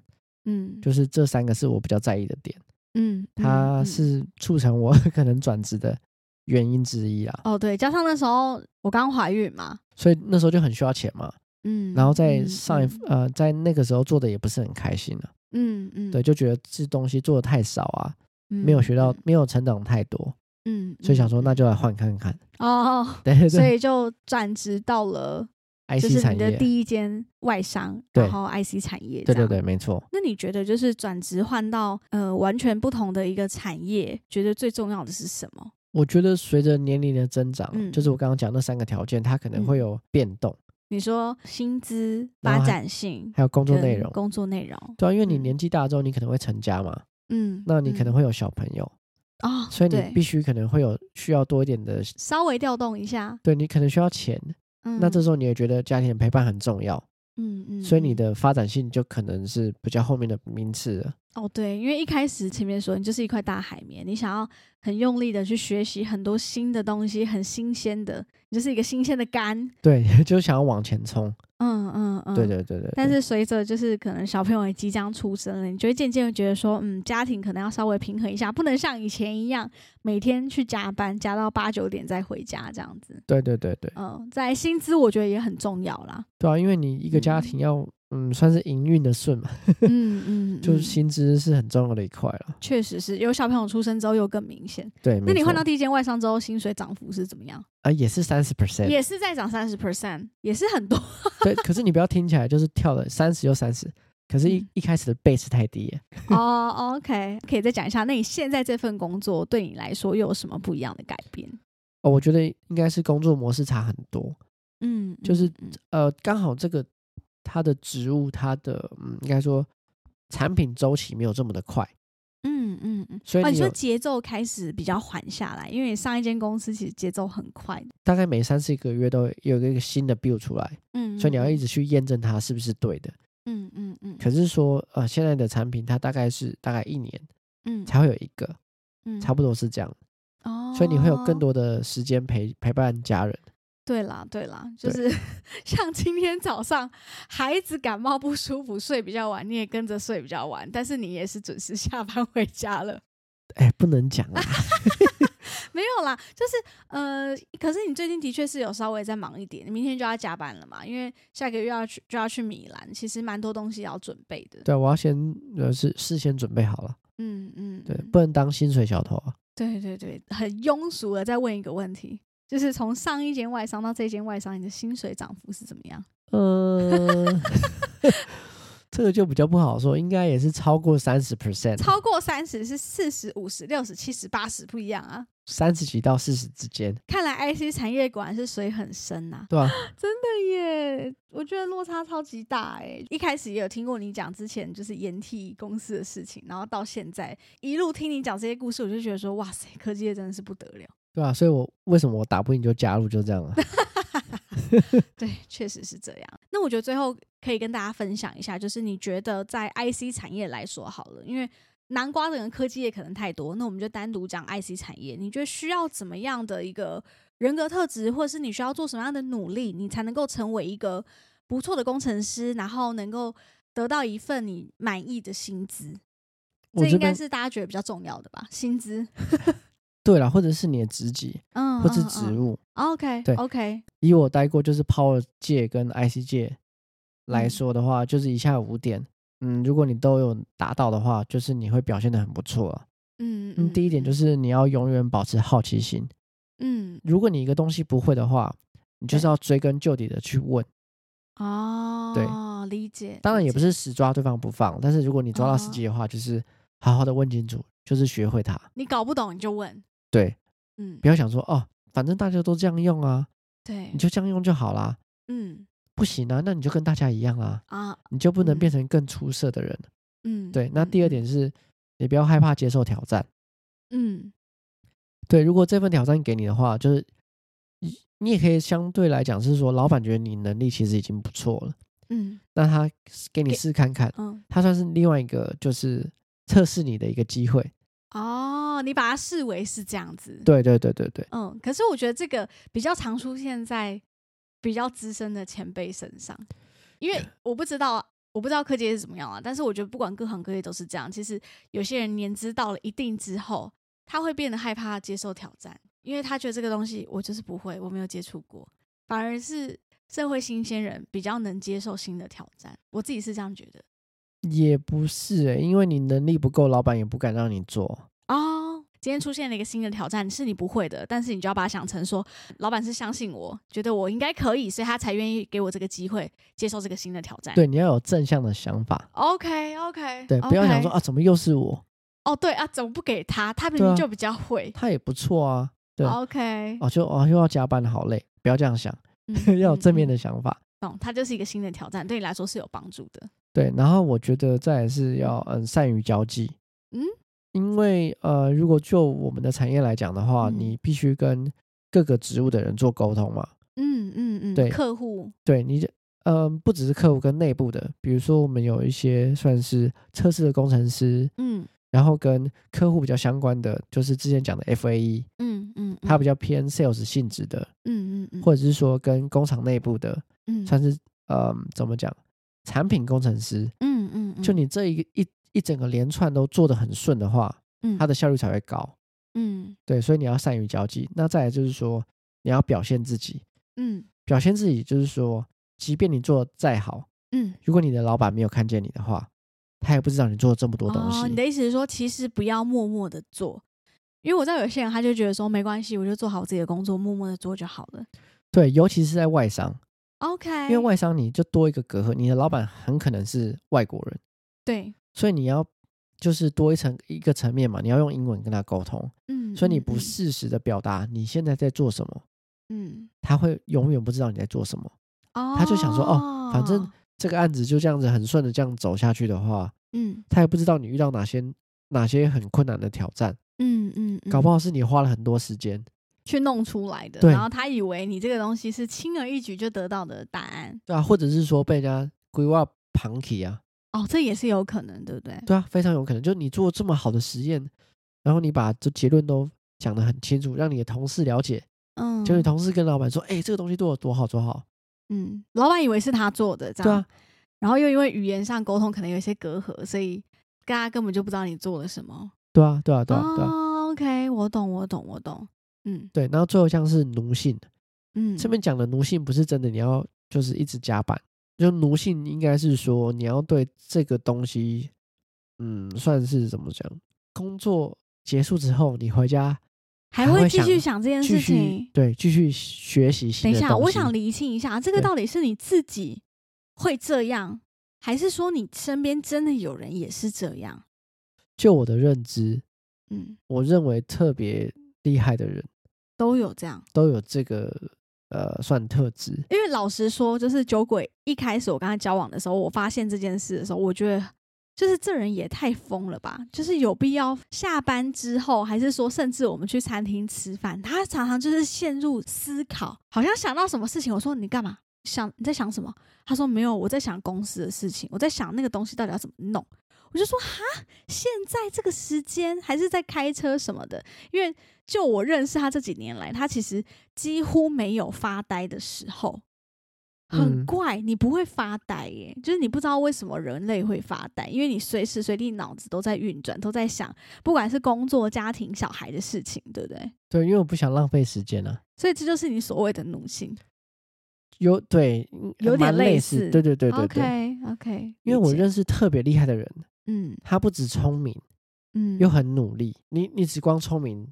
[SPEAKER 2] 嗯，
[SPEAKER 1] 就是这三个是我比较在意的点，
[SPEAKER 2] 嗯，嗯
[SPEAKER 1] 它
[SPEAKER 2] 嗯
[SPEAKER 1] 是促成我 <laughs> 可能转职的原因之一啦。
[SPEAKER 2] 哦对，加上那时候我刚怀孕嘛，
[SPEAKER 1] 所以那时候就很需要钱嘛，
[SPEAKER 2] 嗯，
[SPEAKER 1] 然后在
[SPEAKER 2] 嗯
[SPEAKER 1] 上一
[SPEAKER 2] 嗯
[SPEAKER 1] 呃在那个时候做的也不是很开心了。
[SPEAKER 2] 嗯嗯，
[SPEAKER 1] 对，就觉得这东西做的太少啊，
[SPEAKER 2] 嗯，
[SPEAKER 1] 没有学到
[SPEAKER 2] 嗯，，
[SPEAKER 1] 没有成长太多，
[SPEAKER 2] 嗯，
[SPEAKER 1] 所以想
[SPEAKER 2] 嗯
[SPEAKER 1] 说那
[SPEAKER 2] 嗯
[SPEAKER 1] 就来换看看。 <laughs>
[SPEAKER 2] 哦，
[SPEAKER 1] 对对
[SPEAKER 2] 所
[SPEAKER 1] 对
[SPEAKER 2] 以就转职到了就
[SPEAKER 1] ，IC
[SPEAKER 2] 是
[SPEAKER 1] 产
[SPEAKER 2] 你的
[SPEAKER 1] 业，
[SPEAKER 2] 第一间外商，
[SPEAKER 1] 对
[SPEAKER 2] 然后 IC 产业，
[SPEAKER 1] 对对对，。没错。
[SPEAKER 2] 那你觉得就是转职换到呃完全不同的一个产业，觉得最重要的是什么？
[SPEAKER 1] 我觉得随着年龄的增长，啊
[SPEAKER 2] 嗯
[SPEAKER 1] 就是我刚刚讲那三个条件，它可能
[SPEAKER 2] 嗯
[SPEAKER 1] 会有变动，
[SPEAKER 2] 你说薪资、
[SPEAKER 1] 然后
[SPEAKER 2] 发
[SPEAKER 1] 还
[SPEAKER 2] 展性、
[SPEAKER 1] 还有工作内
[SPEAKER 2] 跟
[SPEAKER 1] 容。
[SPEAKER 2] 工作内容，
[SPEAKER 1] 对啊，因为你
[SPEAKER 2] 嗯
[SPEAKER 1] 年纪大之后，你可能会成家嘛，
[SPEAKER 2] 嗯，
[SPEAKER 1] 那你可能
[SPEAKER 2] 会
[SPEAKER 1] 会有小朋友，
[SPEAKER 2] 哦，
[SPEAKER 1] 所以
[SPEAKER 2] 对
[SPEAKER 1] 你必须可能会有需要多一点的，
[SPEAKER 2] 稍微调动一下，
[SPEAKER 1] 对你可能需要钱。
[SPEAKER 2] 嗯，
[SPEAKER 1] 那这时候你也觉得家庭的陪伴很重要，
[SPEAKER 2] 嗯嗯，
[SPEAKER 1] 所以你
[SPEAKER 2] 嗯
[SPEAKER 1] 的发展性就可能是比较后面的名次了。
[SPEAKER 2] 哦，对，因为一开始前面说你就是一块大海绵，你想要很用力的去学习很多新的东西，很新鲜的，你就是一个新鲜的肝。
[SPEAKER 1] 对， <laughs> 就想要往前冲。
[SPEAKER 2] 嗯嗯嗯，
[SPEAKER 1] 对。对对对对。
[SPEAKER 2] 但是随着就是可能小朋友也即将出生了，你就会渐渐的觉得说，嗯，家庭可能要稍微平衡一下，不能像以前一样每天去加班，加到八九点再回家这样子。
[SPEAKER 1] 对对对对
[SPEAKER 2] 嗯，在薪资我觉得也很重要 <laughs> 啦。
[SPEAKER 1] 对啊，因为你一个家
[SPEAKER 2] 嗯
[SPEAKER 1] 庭要嗯算是营运的顺嘛，
[SPEAKER 2] 嗯嗯，
[SPEAKER 1] 就是
[SPEAKER 2] 嗯
[SPEAKER 1] 薪资是很重要的一块了。
[SPEAKER 2] 确实是有小朋友出生之后又更明显。
[SPEAKER 1] 对，
[SPEAKER 2] 那
[SPEAKER 1] 没
[SPEAKER 2] 你换
[SPEAKER 1] 错
[SPEAKER 2] 到第一间外商之后，薪水涨幅是怎么样？
[SPEAKER 1] 啊也是三十 percent，
[SPEAKER 2] 也是在涨三十 percent，也是 <laughs> 很多。
[SPEAKER 1] 对。可是你不要听起来就是跳了三十又三十，可是一、
[SPEAKER 2] 嗯
[SPEAKER 1] 一开始的 base 太低了。
[SPEAKER 2] 哦、o k 可以再讲一下，那你现在这份工作对你来说又有什么不一样的改变？
[SPEAKER 1] 哦，我觉得应该是工作模式差很多。
[SPEAKER 2] 嗯，
[SPEAKER 1] 就是
[SPEAKER 2] 嗯嗯
[SPEAKER 1] 呃，刚好这个它的植物，它的嗯，应该说产品周期没有这么的快，
[SPEAKER 2] 嗯嗯嗯。
[SPEAKER 1] 所以
[SPEAKER 2] 哦，你
[SPEAKER 1] 你有、
[SPEAKER 2] 说节奏开始比较缓下来，因为你上一间公司其实节奏很快的。
[SPEAKER 1] 大概每三四个月都有一个新的 build 出来，
[SPEAKER 2] 嗯，
[SPEAKER 1] 所以你要一
[SPEAKER 2] 直
[SPEAKER 1] 直去验证它是不是对的。
[SPEAKER 2] 嗯嗯嗯，
[SPEAKER 1] 可是说呃，现在的产品它大概是大概一年
[SPEAKER 2] 嗯
[SPEAKER 1] 才会有一个，
[SPEAKER 2] 嗯
[SPEAKER 1] 差不多是这样，
[SPEAKER 2] 哦，
[SPEAKER 1] 所以你会有更。多的时间陪陪伴家人。
[SPEAKER 2] 对啦对啦，就是 <laughs> 像今天早上孩子感冒不舒服，睡比较晚，你也跟着睡比较晚，但是你也是准时 <laughs> 下班回家了。
[SPEAKER 1] 哎，不能讲
[SPEAKER 2] <laughs>
[SPEAKER 1] 啊，
[SPEAKER 2] 没有啦，就是呃，可是你最近的确是有稍微在忙一点，你明天就要加班了嘛，因为下个月要去就要去米兰，其实蛮多东西要准备的。
[SPEAKER 1] 对，我要先呃是事先准备好了，
[SPEAKER 2] 嗯嗯，
[SPEAKER 1] 对，
[SPEAKER 2] 嗯
[SPEAKER 1] 不能当薪水小偷啊。
[SPEAKER 2] 对对对，很庸俗的再问一个问题，就是从上一间外商到这间外商，你的薪水涨幅是怎么样？呃
[SPEAKER 1] 嗯， <laughs> 这个就比较不好说，应该也是超过三十 percent，
[SPEAKER 2] 超过三十是四十五十六十七十八十不一样啊！
[SPEAKER 1] 三十几到四十之间，
[SPEAKER 2] 看来 IC 产业果然是水很深呐、
[SPEAKER 1] 对吧、
[SPEAKER 2] 真的耶，我觉得落差超级大哎。一开始也有听过你讲之前就是延替公司的事情，然后到现在一路听你讲这些故事，我就觉得说哇塞，科技业真的是不得了。
[SPEAKER 1] 对吧、啊所以我为什么我打不赢就加入，就这
[SPEAKER 2] <laughs>
[SPEAKER 1] 样啊。
[SPEAKER 2] 对，确实是这样。那我觉得最后可以跟大家分享一下，就是你觉得在 IC 产业来说好了，因为南瓜的人科技业可能太多，那我们就单独讲 IC 产业。你觉得需要怎么样的一个人格特质，或者是你需要做什么样的努力，你才能够成为一个不错的工程师，然后能够得到一份你满意的薪资？
[SPEAKER 1] 我
[SPEAKER 2] 这
[SPEAKER 1] 这
[SPEAKER 2] 应该
[SPEAKER 1] 边
[SPEAKER 2] 是大家觉得比较重要的吧？薪资，
[SPEAKER 1] 对啦，或者是你的职级，
[SPEAKER 2] 嗯，
[SPEAKER 1] 或是
[SPEAKER 2] 嗯
[SPEAKER 1] 职
[SPEAKER 2] 嗯
[SPEAKER 1] 务。
[SPEAKER 2] OK，
[SPEAKER 1] 对
[SPEAKER 2] OK，
[SPEAKER 1] 以我待过就是 Power 界跟 IC 界来
[SPEAKER 2] 嗯
[SPEAKER 1] 说的话，就是以下五点，嗯，如果你都有达到的话，就是你会表现的很不错啊。
[SPEAKER 2] 嗯，
[SPEAKER 1] 嗯，第一点就是是你要永远保持好奇心，
[SPEAKER 2] 嗯，
[SPEAKER 1] 如果你一个东西不会的话，你就是
[SPEAKER 2] 对
[SPEAKER 1] 要追根究底的去问。
[SPEAKER 2] 哦，理解。
[SPEAKER 1] 当然
[SPEAKER 2] 理
[SPEAKER 1] 也不
[SPEAKER 2] 解，哦
[SPEAKER 1] 是死抓对方不放，但是如果你抓到时机的话，就是好好的问清楚，就是学会它。
[SPEAKER 2] 你搞不懂你就问，
[SPEAKER 1] 对，
[SPEAKER 2] 嗯
[SPEAKER 1] 不，要想说哦，反正大家都这样用啊，
[SPEAKER 2] 对
[SPEAKER 1] 你，就这样用就好啦。
[SPEAKER 2] 嗯
[SPEAKER 1] 不行啊，那你就跟大家一样啊，
[SPEAKER 2] 啊，
[SPEAKER 1] 你就不
[SPEAKER 2] 嗯
[SPEAKER 1] 能变成更出色的人。
[SPEAKER 2] 嗯，
[SPEAKER 1] 对，那
[SPEAKER 2] 嗯
[SPEAKER 1] 第二，点是，你不要害怕接受挑战。
[SPEAKER 2] 嗯
[SPEAKER 1] 对，如果这份挑战给你的话，就是你你也可以相对来讲是说，老板觉得你能力其实已经不错了，
[SPEAKER 2] 嗯
[SPEAKER 1] 那他给你
[SPEAKER 2] 给
[SPEAKER 1] 试看看，
[SPEAKER 2] 嗯，
[SPEAKER 1] 他算是另外一个就是测试你的一个机会。
[SPEAKER 2] 哦，你把它视为是这样子，，
[SPEAKER 1] 对对对对对。
[SPEAKER 2] 嗯，可是我觉得这个比较常出现在比较资深的前辈身上，因为我不知道。我不知道科技业是怎么样啊，但是我觉得不管各行各业都是这样。其实有些人年资到了一定之后，他会变得害怕接受挑战，因为他觉得这个东西我就是不会，我没有接触过。反而是社会新鲜人比较能接受新的挑战，我自己是这样觉得。
[SPEAKER 1] 也不是、欸，因为你能力不够，老板也不敢让你做。
[SPEAKER 2] 哦，今天出现了一个新的挑战，是你不会的，但是你就要把它想成说，老板是相信我，觉得我应该可以，所以他才愿意给我这个机会，接受这个新的挑战。
[SPEAKER 1] 对，你要有正向的想法。
[SPEAKER 2] ，OK OK，
[SPEAKER 1] 对，不要想说
[SPEAKER 2] 哦，
[SPEAKER 1] 啊，怎么又是我？
[SPEAKER 2] 哦，对啊，怎么不给他？他明
[SPEAKER 1] 对
[SPEAKER 2] 明
[SPEAKER 1] 啊
[SPEAKER 2] 就比较会。
[SPEAKER 1] 他也不错啊。对
[SPEAKER 2] ，OK，
[SPEAKER 1] 哦，就哦又要加班，好累，不要这样想，
[SPEAKER 2] 嗯
[SPEAKER 1] <laughs> 要有正面
[SPEAKER 2] 嗯
[SPEAKER 1] 的想法。
[SPEAKER 2] 嗯懂，它就是一个新的挑战，对你来说是有帮助的。
[SPEAKER 1] 对，然后我觉得再来是要嗯善于交际，
[SPEAKER 2] 嗯，
[SPEAKER 1] 因为呃，如果就我们的产业来讲的话，
[SPEAKER 2] 嗯
[SPEAKER 1] 你必须跟各个职务的人做沟通嘛。
[SPEAKER 2] 嗯嗯嗯，
[SPEAKER 1] 对
[SPEAKER 2] 客户，
[SPEAKER 1] 对你，嗯、呃，不只是客户跟内部的，比如说我们有一些算是测试的工程师，
[SPEAKER 2] 嗯
[SPEAKER 1] 然后跟客户比较相关的，就是之前讲的 FAE，
[SPEAKER 2] 嗯嗯，
[SPEAKER 1] 它
[SPEAKER 2] 嗯
[SPEAKER 1] 比较偏 sales 性质的，
[SPEAKER 2] 嗯嗯嗯，
[SPEAKER 1] 或者是说跟工厂内部的，
[SPEAKER 2] 嗯
[SPEAKER 1] 算是呃怎么讲，产品工程师，
[SPEAKER 2] 嗯嗯，嗯
[SPEAKER 1] 就你这一个一一整个连串都做得很顺的话，
[SPEAKER 2] 嗯
[SPEAKER 1] 它的效率才会高。
[SPEAKER 2] 嗯
[SPEAKER 1] 对，所以你要善于交际。那再来就是说，你要表现自己，
[SPEAKER 2] 嗯
[SPEAKER 1] 表现自己就是说，即便你做的再好，
[SPEAKER 2] 嗯，
[SPEAKER 1] 如果你的老板没有看见你的话，他也不知道你做了这么多东西。
[SPEAKER 2] 哦，你的意思是说，其实不要默默的做，因为我知道有些人他就觉得说没关系，我就做好自己的工作，默默的做就好了。
[SPEAKER 1] 对，尤其是在外商，
[SPEAKER 2] OK，
[SPEAKER 1] 因为外商你就多一个隔阂，你的老板很可能是外国人，
[SPEAKER 2] 对，
[SPEAKER 1] 所以你要就是多一层一个层面嘛，你要用英文跟他沟通，
[SPEAKER 2] 嗯，
[SPEAKER 1] 所以你
[SPEAKER 2] 嗯
[SPEAKER 1] 不，适时的表达你现在在做什么，
[SPEAKER 2] 嗯，
[SPEAKER 1] 他会永远不知道你在做什么。
[SPEAKER 2] 嗯
[SPEAKER 1] 他就想说
[SPEAKER 2] 哦
[SPEAKER 1] 反正，这个案子就这样子很顺的这样走下去的话，
[SPEAKER 2] 嗯
[SPEAKER 1] 他也不知道你遇到哪些哪些很困难的挑战，
[SPEAKER 2] 嗯嗯，嗯
[SPEAKER 1] 搞不好是你花了很多时间。
[SPEAKER 2] 去弄出来的，
[SPEAKER 1] 对
[SPEAKER 2] 然后他以为你这个东西是轻而易举就得到的答案，
[SPEAKER 1] 对啊，或者是说被人家规划旁体啊，
[SPEAKER 2] 哦，这也是有可能，对不对？
[SPEAKER 1] 对啊，非常有可能。就你做这么好的实验，然后你把这结论都讲得很清楚，让你的同事了解，
[SPEAKER 2] 嗯，
[SPEAKER 1] 就你同事跟老板说：“哎、这个东西对我多好多好。
[SPEAKER 2] 嗯，老板以为是他做的，”这
[SPEAKER 1] 对
[SPEAKER 2] 样，
[SPEAKER 1] 啊，
[SPEAKER 2] 然后又因为语言上沟通可能有一些隔阂，所以大家根本就不知道你做了什么。
[SPEAKER 1] 对啊，对啊，对啊，对啊。
[SPEAKER 2] 哦，OK，我懂，我懂，我懂。嗯
[SPEAKER 1] 对，然后最后像是奴性，
[SPEAKER 2] 嗯，
[SPEAKER 1] 这边讲的奴性不是真的你要就是一直加班，就奴性应该是说你要对这个东西，嗯，算是怎么讲？工作结束之后，你回家
[SPEAKER 2] 还
[SPEAKER 1] 还
[SPEAKER 2] 会
[SPEAKER 1] 会
[SPEAKER 2] 继续
[SPEAKER 1] 想
[SPEAKER 2] 想这件
[SPEAKER 1] 继
[SPEAKER 2] 事
[SPEAKER 1] 续
[SPEAKER 2] 情。
[SPEAKER 1] 对继续学习新
[SPEAKER 2] 等一
[SPEAKER 1] 的
[SPEAKER 2] 下，我
[SPEAKER 1] 东西。
[SPEAKER 2] 想厘清一下，这个
[SPEAKER 1] 对
[SPEAKER 2] 到底是你自己会这样，还是说你身边真的有人也是这样？
[SPEAKER 1] 就我的认知，
[SPEAKER 2] 嗯，
[SPEAKER 1] 我认为特别厉害的人
[SPEAKER 2] 都有这样。
[SPEAKER 1] 都有这个呃算特质。
[SPEAKER 2] 因为老实说，就是酒鬼一开始我跟他交往的时候，我发现这件事的时候，我觉得就是这人也太疯了吧！就是有必要下班之后，还是说甚至我们去餐厅吃饭，他常常就是陷入思考，好像想到什么事情，我说你干嘛？想你在想什么？他说没有，我在想公司的事情，我在想那个东西到底要怎么弄。我就说哈，现在这个时间还是在开车什么的，因为就我认识他这几年来，他其实几乎没有发呆的时候，很
[SPEAKER 1] 嗯
[SPEAKER 2] 怪，你不会发呆耶，就是你不知道为什么人类会发呆，因为你随时随地脑子都在运转，都在想，不管是工作、家庭、小孩的事情，对不对？
[SPEAKER 1] 对，因为我不想浪费时间啊。
[SPEAKER 2] 所以这就是你所谓的奴性。
[SPEAKER 1] 有对，嗯
[SPEAKER 2] 有点
[SPEAKER 1] 蛮类
[SPEAKER 2] 类
[SPEAKER 1] 似，
[SPEAKER 2] 似
[SPEAKER 1] 对对对对对。
[SPEAKER 2] OK OK，
[SPEAKER 1] 因为我认识特别厉害的人，
[SPEAKER 2] 嗯
[SPEAKER 1] 他不止聪明，
[SPEAKER 2] 嗯，
[SPEAKER 1] 又很努力。你你只光聪明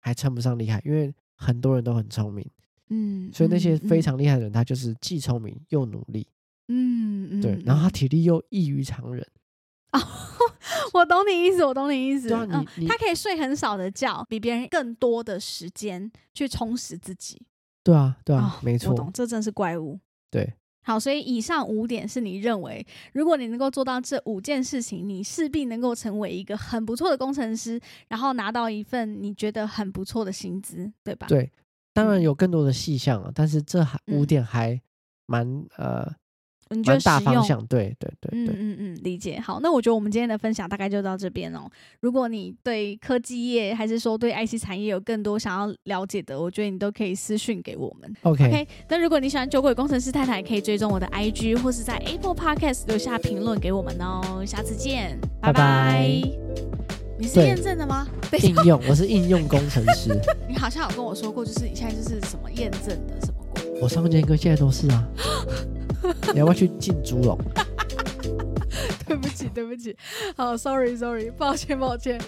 [SPEAKER 1] 还称不上厉害，因为很多人都很聪明，
[SPEAKER 2] 嗯，
[SPEAKER 1] 所以那些
[SPEAKER 2] 嗯
[SPEAKER 1] 非常厉害的人，他就是既聪明又努力，
[SPEAKER 2] 嗯嗯，
[SPEAKER 1] 对
[SPEAKER 2] 嗯，
[SPEAKER 1] 然后他
[SPEAKER 2] 嗯
[SPEAKER 1] 体力又异于常人，
[SPEAKER 2] <laughs> 我懂你意思，我懂你意思。
[SPEAKER 1] 对啊
[SPEAKER 2] 嗯
[SPEAKER 1] 你你
[SPEAKER 2] 他可以睡很少的觉，比别人更多的时间去充实自己。
[SPEAKER 1] 对啊，对
[SPEAKER 2] 哦
[SPEAKER 1] 啊，没
[SPEAKER 2] 我懂
[SPEAKER 1] 错，，
[SPEAKER 2] 这真是怪物。
[SPEAKER 1] 对，
[SPEAKER 2] 好，所以以上五点是你认为，如果你能够做到这五件事情，你势必能够成为一个很不错的工程师，然后拿到一份你觉得很不错的薪资，对吧？
[SPEAKER 1] 对。当然
[SPEAKER 2] 嗯
[SPEAKER 1] 有更多的细项啊，但是这还五
[SPEAKER 2] 嗯
[SPEAKER 1] 点还蛮呃
[SPEAKER 2] 你觉
[SPEAKER 1] 蛮
[SPEAKER 2] 得
[SPEAKER 1] 大
[SPEAKER 2] 实
[SPEAKER 1] 方
[SPEAKER 2] 用
[SPEAKER 1] 向，对对对
[SPEAKER 2] 嗯
[SPEAKER 1] 对，
[SPEAKER 2] 嗯嗯，理解。好，那我觉得我们今天的分享大概就到这边哦。如果你对科技业还是说对 IC 产业有更多想要了解的，我觉得你都可以私讯给我们。
[SPEAKER 1] OK，
[SPEAKER 2] OK，那如果你喜欢酒鬼工程师太太，可以追踪我的 IG 或是在 Apple Podcast 留下评论给我们哦。下次见，拜
[SPEAKER 1] 拜拜
[SPEAKER 2] 你是
[SPEAKER 1] 对
[SPEAKER 2] 验证的吗？等一
[SPEAKER 1] 应
[SPEAKER 2] 下，
[SPEAKER 1] 用我是应用工程师，
[SPEAKER 2] 你好像有跟我说过，就是你现在就是什么验证的什么鬼？ <laughs>
[SPEAKER 1] 我上间跟现在都是啊，你要不要去进猪笼？
[SPEAKER 2] 对不起，对不起，好，sorry，sorry，抱歉，抱歉。